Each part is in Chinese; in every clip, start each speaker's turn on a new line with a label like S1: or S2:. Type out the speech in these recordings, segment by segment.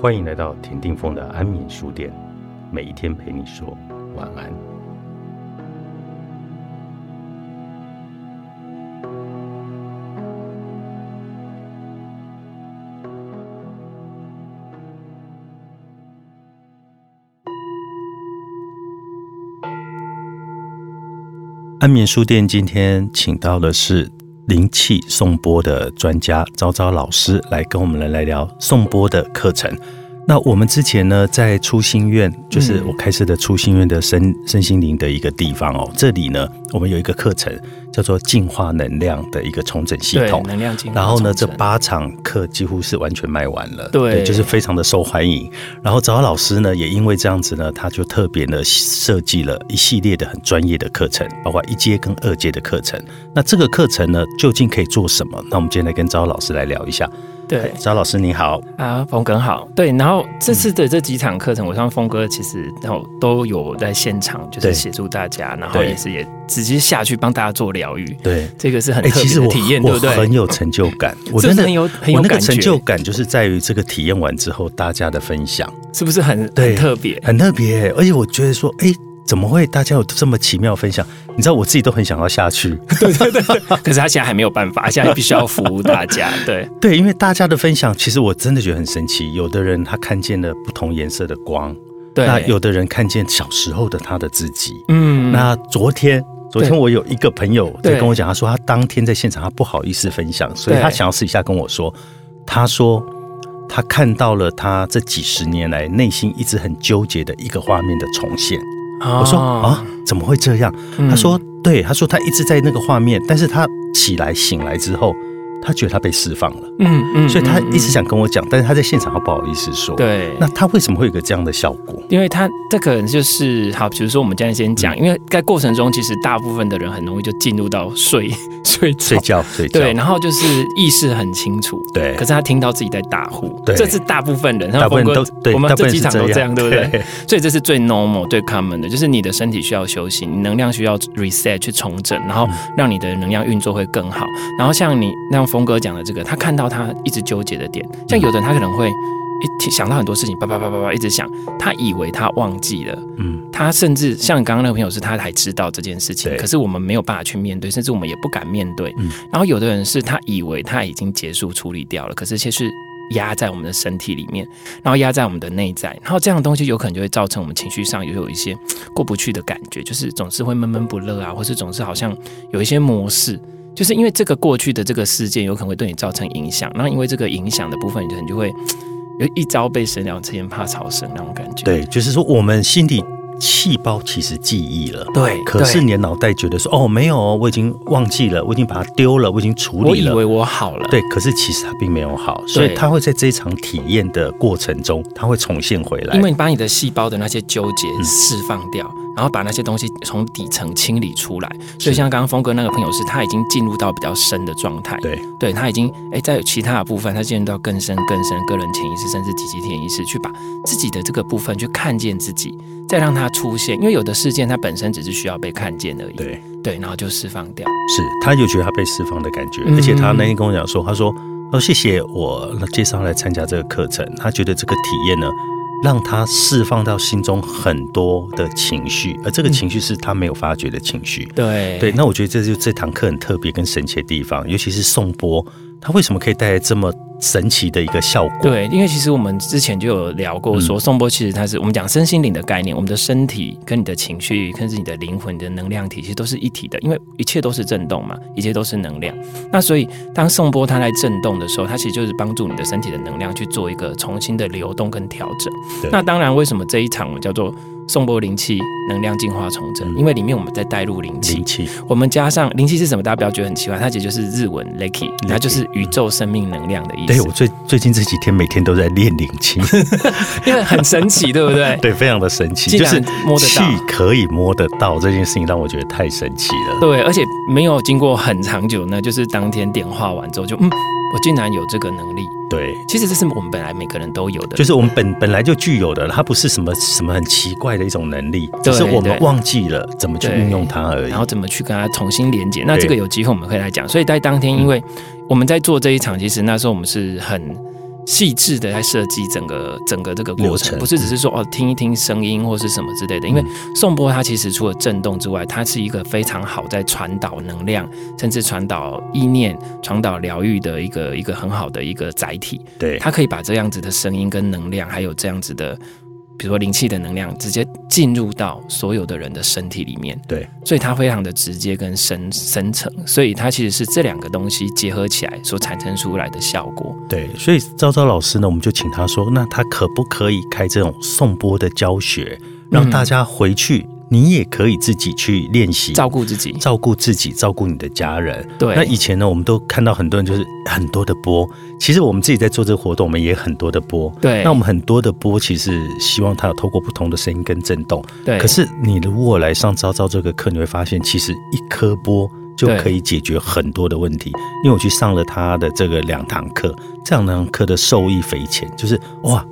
S1: 欢迎来到田定峰的安眠书店，每一天陪你说晚安。安眠书店今天请到的是灵气颂钵的专家昭昭老师来跟我们来来聊颂钵的课程。那我们之前呢，在初心院，就是我开设的初心院的身身心灵的一个地方哦。这里呢，我们有一个课程叫做净化能量的一个重整系
S2: 对
S1: 统。
S2: 能量净化
S1: 然后呢，
S2: 重
S1: 这
S2: 整
S1: 八场课几乎是完全卖完了，
S2: 对
S1: 就是非常的受欢迎。然后找到老师呢，也因为这样子呢，他就特别的设计了一系列的很专业的课程，包括一阶跟二阶的课程。那这个课程呢，究竟可以做什么？那我们今天来跟招老师来聊一下。
S2: 对
S1: 招老师你好，
S2: 啊，风格好对。然后
S1: 嗯
S2: 这次的这几场课程，我像峰哥其实都都有在现场，就
S1: 对
S2: 是协助大家，然后
S1: 对
S2: 也是也直接下去帮大家做疗愈，
S1: 对，
S2: 这个是很
S1: 哎、
S2: 特
S1: 其
S2: 别
S1: 实
S2: 的
S1: 我
S2: 体验，
S1: 我
S2: 对不
S1: 很
S2: 对？
S1: 有成就 感，我
S2: 是不
S1: 真
S2: 是
S1: 的
S2: 很有很
S1: 我
S2: 有
S1: 那个
S2: 感
S1: 成
S2: 觉
S1: 就感就是在于这个体验完之后大家的分享，
S2: 是不是很
S1: 对
S2: 很特别？
S1: 很特别、而且我觉得说，哎、怎么会大家有这么奇妙的分享？你知道我自己都很想要下去， 啊
S2: 可是他现在还没有办法，他现在必须要服务大家，对
S1: 对，因为大家的分享，其实我真的觉得很神奇。有的人他看见了不同颜色的光，
S2: 对。
S1: 那有的人看见小时候的他的自己。
S2: 嗯，
S1: 那昨天，昨天
S2: 对
S1: 我有一个朋友在
S2: 对
S1: 跟我讲，他说他当天在现场他不好意思分享，所以
S2: 对
S1: 他想要私底下跟我说，他说他看到了他这几十年来内心一直很纠结的一个画面的重现。
S2: 我
S1: 我说
S2: 哦
S1: 啊，怎么会这样？
S2: 嗯
S1: 他说对，他说他一直在那个画面，但是他起来醒来之后，他觉得他被释放了。
S2: 嗯嗯
S1: 所以他一直
S2: 想
S1: 想跟我讲，但是他在现场他不好意思说。，
S2: 对，
S1: 那他为什么会有个这样的效果？
S2: 因为他这可能就是好，比如说我们今天先
S1: 嗯
S2: 讲，因为在过程中，其实大部分的人很容易就进入到睡 睡着
S1: 睡觉，睡觉，
S2: 对，然后就是意识很清楚，
S1: 对
S2: 可是他听到自己在打呼，
S1: 对
S2: 这是大部分人，像
S1: 大部分
S2: 峰哥
S1: 都对，
S2: 我们
S1: 大部
S2: 这
S1: 分
S2: 几
S1: 是
S2: 场都这样，对不对？
S1: 对？
S2: 所以这是最 normal、最 common 的，就是你的身体需要休息，你能量需要 reset 去重整，然后
S1: 嗯
S2: 让你的能量运作会更好。然后像你像峰哥讲的这个，他看到他一直纠结的点，像
S1: 嗯
S2: 有的人他可能会一提想到很多事情，叭叭叭叭叭一直想，他以为他忘记了，
S1: 嗯，
S2: 他甚至像刚刚那个朋友是，他还知道这件事情
S1: 对，
S2: 可是我们没有办法去面对，甚至我们也不敢面对。
S1: 嗯
S2: 然后有的人是他以为他已经结束处理掉了，可是却是压在我们的身体里面，然后压在我们的内在，然后这样的东西有可能就会造成我们情绪上也有一些过不去的感觉，就是总是会闷闷不乐啊，或是总是好像有一些模式。就是因为这个过去的这个事件有可能会对你造成影响，然后因为这个影响的部分，你可能就会 有一朝被蛇咬，之前怕草绳那种感觉。
S1: 对，就是说我们心里细胞其实记忆了。
S2: 对，
S1: 可是
S2: 对
S1: 你的脑袋觉得说，哦，没有哦，我已经忘记了，我已经把它丢了，我已经处
S2: 我
S1: 理
S2: 以
S1: 了。
S2: 为我好了，
S1: 对，可是其实它并没有好，所以
S2: 对
S1: 它会在这一场体验的过程中，它会重现回来嗯
S2: 因。为你把你的细胞的那些纠结释放掉，然后把那些东西从底层清理出来。所以像刚刚峰哥那个朋友是，他已经进入到比较深的状态，
S1: 对，
S2: 对他已经哎，在其他的部分，他进入到更深、更深个人潜意识，甚至集体潜意识，去把自己的这个部分去看见自己，再让它出现。因为有的事件它本身只是需要被看见而已，
S1: 对，
S2: 对，然后就释放掉。
S1: 是，他就觉得他被释放的感觉，
S2: 嗯
S1: 而且他那天跟我讲说，他说，他说谢谢我介绍来参加这个课程，他觉得这个体验呢，让他释放到心中很多的情绪，而这个情绪是他没有发觉的情绪。
S2: 对
S1: 对，那我觉得这就是这堂课很特别跟神奇的地方，尤其是颂钵，它为什么可以带来这么神奇的一个效果？
S2: 对，因为其实我们之前就有聊
S1: 嗯
S2: 过说，颂钵其实它是我们讲身心灵的概念，我们的身体跟你的情绪，跟是你的灵魂的能量体系都是一体的，因为一切都是震动嘛，一切都是能量。那所以当颂钵它在震动的时候，它其实就是帮助你的身体的能量去做一个重新的流动跟调整
S1: 对。
S2: 那当然，为什么这一场我们叫做颂钵灵气能量净化重整？因为里面我们在带入灵气
S1: 灵，气，
S2: 我们加上灵气是什么？大家不要觉得很奇怪，它其实就是日文 lucky，它就是宇宙生命能量的意思。
S1: 嗯对我最最近这几天每天都在练灵气，
S2: 因为很神奇，对不对？
S1: 对，非常的神奇，
S2: 竟
S1: 就
S2: 然
S1: 是
S2: 摸得
S1: 气
S2: 到
S1: 可以摸得到这件事情，让我觉得太神奇了。
S2: 对，而且没有经过很长久呢，就是当天点化完之后就，嗯，我竟然有这个能力。
S1: 对，
S2: 其实这是我们本来每个人都有的，
S1: 就是我们本本来就具有的，它不是什么什么很奇怪的一种能力，只
S2: 对
S1: 是我们
S2: 对
S1: 忘记了怎么去运用它而已
S2: 然。后怎么去跟它重新连接。那
S1: 对嗯
S2: 这个有机会我们会来讲。所以在当天，因为我们在做这一场，其实那时候我们是很细致的在设计整个整个这个过
S1: 流
S2: 程，
S1: 程嗯
S2: 不是只是说哦听一听声音或是什么之类的。因为颂钵它其实除了震动之外，它是一个非常好在传导能量，甚至传导意念、传导疗愈的一个一个很好的一个载体。
S1: 对，
S2: 它可以把这样子的声音跟能量，还有这样子的，比如说灵气的能量，直接进入到所有的人的身体里面。
S1: 对，
S2: 所以它非常的直接跟深深层，所以它其实是这两个东西结合起来所产生出来的效果。
S1: 对，所以昭昭老师呢，我们就请他说，那他可不可以开这种颂钵的教学，让大家回去，你也可以自己去练习，
S2: 照顾自己，
S1: 照顾自己，照顾你的家人。
S2: 对，
S1: 那以前呢，我们都看到很多人就是很多的钵，其实我们自己在做这个活动，我们也很多的钵。
S2: 对，
S1: 那我们很多的钵，其实希望它有透过不同的声音跟震动。
S2: 对，
S1: 可是你如果来上昭昭这个课，你会发现，其实一颗波就可以解决很多的问题。因为我去上了他的这个两堂课，这两堂课的受益匪浅，就是哇，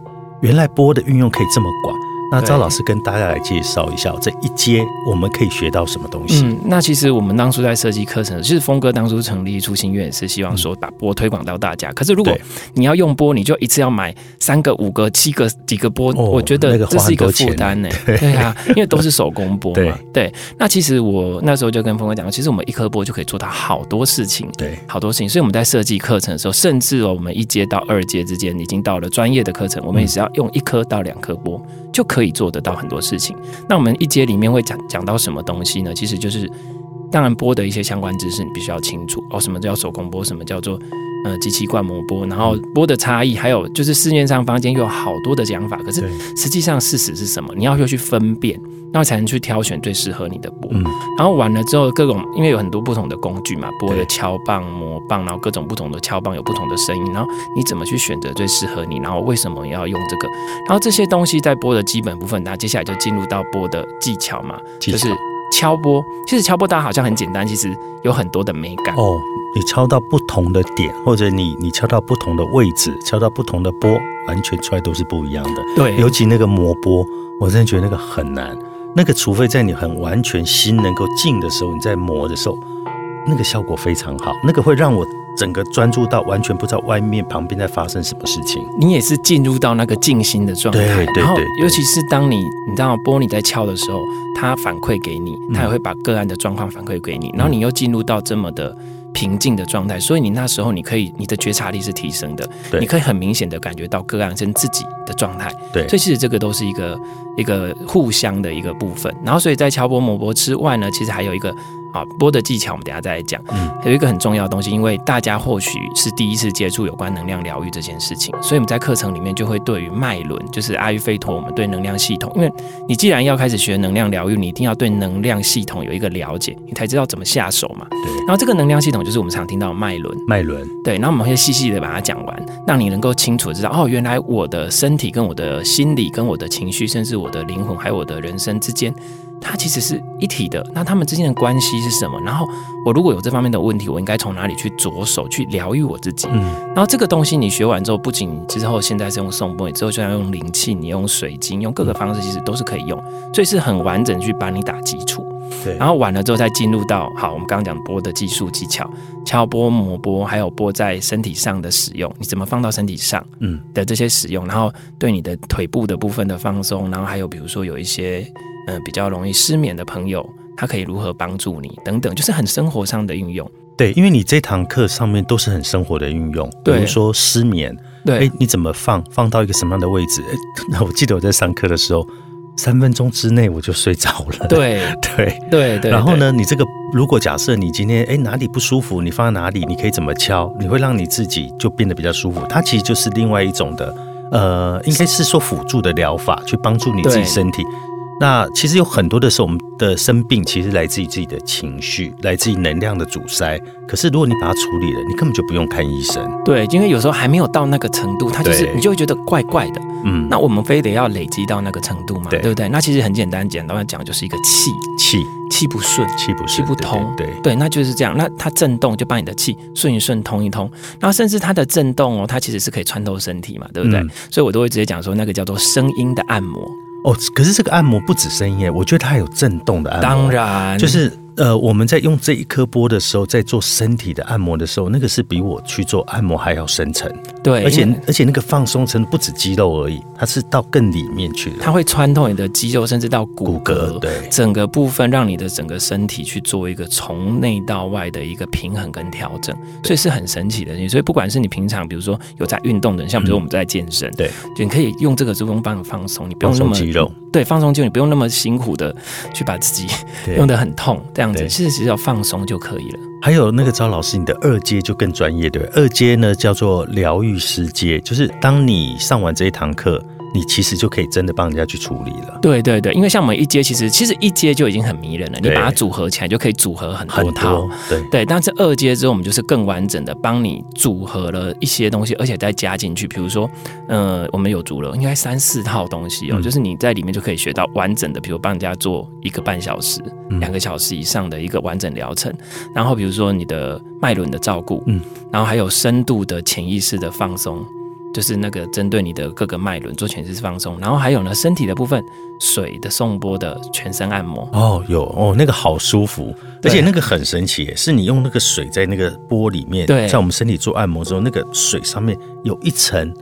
S1: 原来波的运用可以这么广。那
S2: 对
S1: 赵老师跟大家来介绍一下这一阶我们可以学到什么东西？
S2: 嗯，那其实我们当初在设计课程的时候，就是峰哥当初成立初心院也是希望说把波推广到大家。可是如果
S1: 对
S2: 你要用波，你就一次要买三个、五个、七个、几个波，
S1: 哦
S2: 我觉得
S1: 那个花
S2: 这是一个
S1: 很多
S2: 负
S1: 钱
S2: 担呢、对啊，因为都是手工波
S1: 对
S2: 嘛。对，那其实我那时候就跟峰哥讲，其实我们一颗波就可以做到好多事情。啊
S1: 对
S2: 好多事情，所以我们在设计课程的时候，甚至哦，我们一阶到二阶之间已经到了专业的课程，我们也只要用一颗到两颗波就可以做得到很多事情。那我们一阶里面会讲讲到什么东西呢？其实就是，当然波的一些相关知识你必须要清楚哦，什么叫手工波，什么叫做呃机器灌模波，然后波的差异，还有就是市面上坊间又有好多的讲法，可是
S1: 对
S2: 实际上事实是什么？你要去分辨，那才能去挑选最适合你的波。
S1: 嗯
S2: 然后完了之后，各种因为有很多不同的工具嘛，波的
S1: 对
S2: 敲棒、磨棒，然后各种不同的敲棒有不同的声音，然后你怎么去选择最适合你？然后为什么要用这个？然后这些东西在波的基本部分，那接下来就进入到波的技巧嘛，
S1: 技
S2: 就
S1: 巧
S2: 是敲波。其实敲波大家好像很简单，其实有很多的美感。
S1: 哦，你敲到不同的点，或者你你敲到不同的位置，敲到不同的波，完全出来都是不一样的。
S2: 对
S1: 尤其那个磨波，我真的觉得那个很难。那个除非在你很完全心能够静的时候，你在磨的时候，那个效果非常好，那个会让我整个专注到完全不知道外面旁边在发生什么事情。
S2: 你也是进入到那个静心的状态。
S1: 对对
S2: 然后
S1: 对对
S2: 尤其是当你你知道波你在敲的时候，他反馈给你，他也会把个案的状况反馈给你，
S1: 嗯
S2: 然后你又进入到这么的。平静的状态，所以你那时候你可以，你的觉察力是提升的，
S1: 对
S2: 你可以很明显的感觉到个案跟自己的状态，
S1: 对
S2: 所以其实这个都是一个一个互相的一个部分。然后，所以在敲波磨波之外呢，其实还有一个啊波的技巧，我们等一下再来讲。
S1: 嗯
S2: 还有一个很重要的东西，因为大家或许是第一次接触有关能量疗愈这件事情，所以我们在课程里面就会对于脉轮，就是阿育吠陀，我们对能量系统，因为你既然要开始学能量疗愈，你一定要对能量系统有一个了解，你才知道怎么下手嘛。
S1: 对，
S2: 然后这个能量系统就是我们常听到的脉轮。
S1: 脉轮，
S2: 对，然后我们会细细的把它讲完，让你能够清楚地知道哦，原来我的身体跟我的心理跟我的情绪，甚至我的灵魂还有我的人生之间，它其实是一体的。那他们之间的关系是什么？然后我如果有这方面的问题，我应该从哪里去着手去疗愈我自己？
S1: 嗯，
S2: 然后这个东西你学完之后，不仅你之后现在是用送钵，你之后就要用灵气，你用水晶，用各个方式其实都是可以用，所以是很完整去帮你打基础。
S1: 对，
S2: 然后完了之后再进入到好，我们刚刚讲波的技术技巧，敲波、磨波，还有波在身体上的使用，你怎么放到身体上
S1: 嗯，
S2: 的这些使用，然后对你的腿部的部分的放松，然后还有比如说有一些嗯、呃比较容易失眠的朋友，他可以如何帮助你等等，就是很生活上的运用。
S1: 对，因为你这堂课上面都是很生活的运用，比
S2: 对
S1: 如说失眠，
S2: 对，
S1: 哎，你怎么放？放到一个什么样的位置？哎，那我记得我在上课的时候，三分钟之内我就睡着了。
S2: 对
S1: 对，
S2: 对对，
S1: 然后
S2: 对？
S1: 呢，你这个如果假设你今天哎哪里不舒服，你放在哪里，你可以怎么敲，你会让你自己就变得比较舒服。它其实就是另外一种的，呃，应该是说辅助的疗法，去帮助你自己
S2: 对
S1: 身体。那其实有很多的时候，我们的生病其实来自于自己的情绪，来自于能量的阻塞。可是如果你把它处理了，你根本就不用看医生。
S2: 对，因为有时候还没有到那个程度，他就是
S1: 对
S2: 你就会觉得怪怪的。
S1: 嗯，
S2: 那我们非得要累积到那个程度嘛，
S1: 对
S2: 对不对？那其实很简单，简单地讲就是一个气
S1: 气
S2: 气不顺。
S1: 气不
S2: 气
S1: 顺
S2: 不
S1: 对
S2: 通
S1: 对对
S2: 对，那就是这样。那它震动就把你的气顺一顺、通一通，然后甚至它的震动哦，它其实是可以穿透身体嘛，对不对？
S1: 嗯
S2: 所以我都会直接讲说，那个叫做声音的按摩。
S1: 哦，可是这个按摩不止声音耶，我觉得它还有震动的按摩。
S2: 当然，
S1: 就是呃，我们在用这一颗波的时候，在做身体的按摩的时候，那个是比我去做按摩还要深层。
S2: 对，
S1: 而且
S2: 哎因为
S1: 而且那个放松层不止肌肉而已，它是到更里面去了，
S2: 它会穿透你的肌肉，甚至到骨
S1: 骨
S2: 骼
S1: 骼，对
S2: 整个部分让你的整个身体去做一个从内到外的一个平衡跟调整，所以是很神奇的。所以不管是你平常比如说有在运动的人，像比如说我们在健身，
S1: 嗯对，
S2: 就你可以用这个方法放松，你不
S1: 放
S2: 用那
S1: 松
S2: 么
S1: 肌肉，
S2: 对放松肌肉，你不用那么辛苦的去把自己
S1: 对
S2: 用的很痛，这样子
S1: 对
S2: 其实只要放松就可以了。
S1: 还有那个赵老师，你的二阶就更专业，对不对？二阶呢叫做疗愈师阶，就是当你上完这一堂课，你其实就可以真的帮人家去处理了。
S2: 对对对，因为像我们一阶其实其实一阶就已经很迷人了，你
S1: 对
S2: 把它组合起来就可以组合很多
S1: 很
S2: 套。
S1: 多对
S2: 对，但是二阶之后，我们就是更完整的帮你组合了一些东西，而且再加进去，比如说，呃，我们有组了应该三四套东西哦，
S1: 嗯
S2: 就是你在里面就可以学到完整的，比如帮人家做一个半小时、
S1: 嗯
S2: 两个小时以上的一个完整疗程，然后比如说你的脉轮的照顾，
S1: 嗯，
S2: 然后还有深度的潜意识的放松。就是那个针对你的各个脉轮做全身放松，然后还有呢身体的部分，水的送波的全身按摩，
S1: 哦，有哦，那个好舒服，而
S2: 对
S1: 且那个很神奇耶，是你用那个水在那个波里面，
S2: 对
S1: 在我们身体做按摩之后，那个水上面有一层，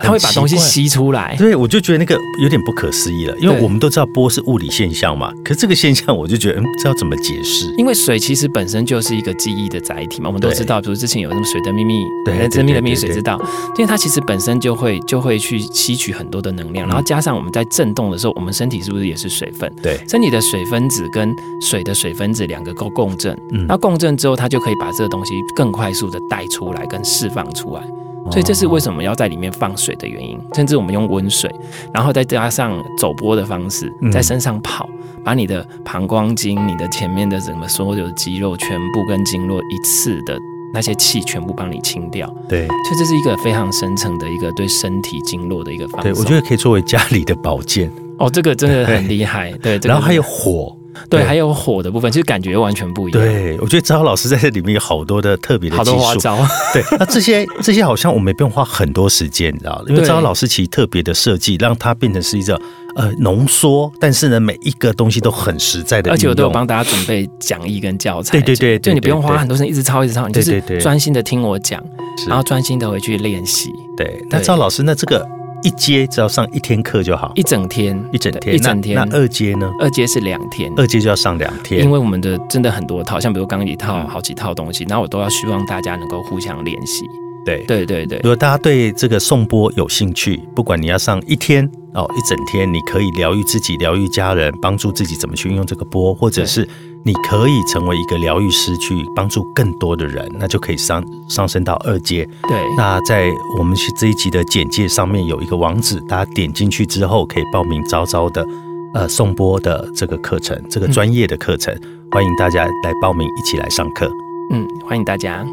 S2: 它会把东西
S1: 很奇怪
S2: 吸出来。
S1: 对，我就觉得那个有点不可思议了，因为
S2: 对
S1: 我们都知道波是物理现象嘛，可是这个现象我就觉得，嗯，这要怎么解释？
S2: 因为水其实本身就是一个记忆的载体嘛，我们都
S1: 对
S2: 知道，比如之前有什么水的秘密，
S1: 对
S2: 人之
S1: 对
S2: 秘
S1: 对
S2: 的秘密
S1: 对
S2: 水
S1: 对
S2: 知道，因为它其实本身就会就会去吸取很多的能
S1: 嗯
S2: 量，然后加上我们在震动的时候，我们身体是不是也是水分？
S1: 对
S2: 身体的水分子跟水的水分子两个共共振，
S1: 嗯
S2: 那共振之后，它就可以把这个东西更快速的带出来跟释放出来。所以这
S1: 哦
S2: 是为什么要在里面放水的原因，甚至我们用温水，然后再加上走波的方式
S1: 嗯，
S2: 在身上跑，把你的膀胱经、你的前面的整个所有的肌肉全部跟经络一次的那些气全部帮你清掉，
S1: 对
S2: 所以这是一个非常深层的一个对身体经络的一个放
S1: 对，
S2: 松。
S1: 我觉得可以作为家里的保健，
S2: 哦，这个真的很 厉害，对，这个
S1: 然后还有火，
S2: 对
S1: 对
S2: 还有火的部分，其实感觉完全不一样，，
S1: 对我觉得张老师在这里面有好多的特别的
S2: 好
S1: 技
S2: 多花
S1: 术，
S2: 招，
S1: 对，那这些这些好像我们也不用花很多时间，你知道吗？因为
S2: 对
S1: 张老师其实特别的设计，让它变成是一个呃浓缩，但是呢，每一个东西都很实在的，
S2: 而且我都有。帮大家准备讲义跟教材，
S1: 对对对对
S2: 就就你不用
S1: 对
S2: 花
S1: 对
S2: 很多时间一直抄一直抄，你就
S1: 对
S2: 是
S1: 对对
S2: 专心的听我讲，
S1: 是
S2: 然后专心的回去练习
S1: 对，那赵老师，那这个一阶只要上一天课就好，
S2: 一整天，
S1: 一整
S2: 对
S1: 天，
S2: 一整天
S1: 那。那二阶呢？
S2: 二阶是两天，
S1: 二阶就嗯要上两天
S2: 因，为我们的真的很多套，像比如刚刚一套、好几套东西，那我都要希望大家能够互相练习。
S1: 对。
S2: 对对对
S1: 如，果大家对这个颂钵有兴趣，不管你要上一天哦，一整天，你可以疗愈自己、疗愈家人，帮助自己怎么去运用这个钵，或者
S2: 对
S1: 是你可以成为一个疗愈师，去帮助更多的人，那就可以上上升到二阶。
S2: 对
S1: 那在我们这一集的简介上面有一个网址，大家点进去之后可以报名招招的呃颂钵的这个课程，这个专业的课程，欢迎大家来报名，一起来上课。
S2: 嗯，欢迎大家。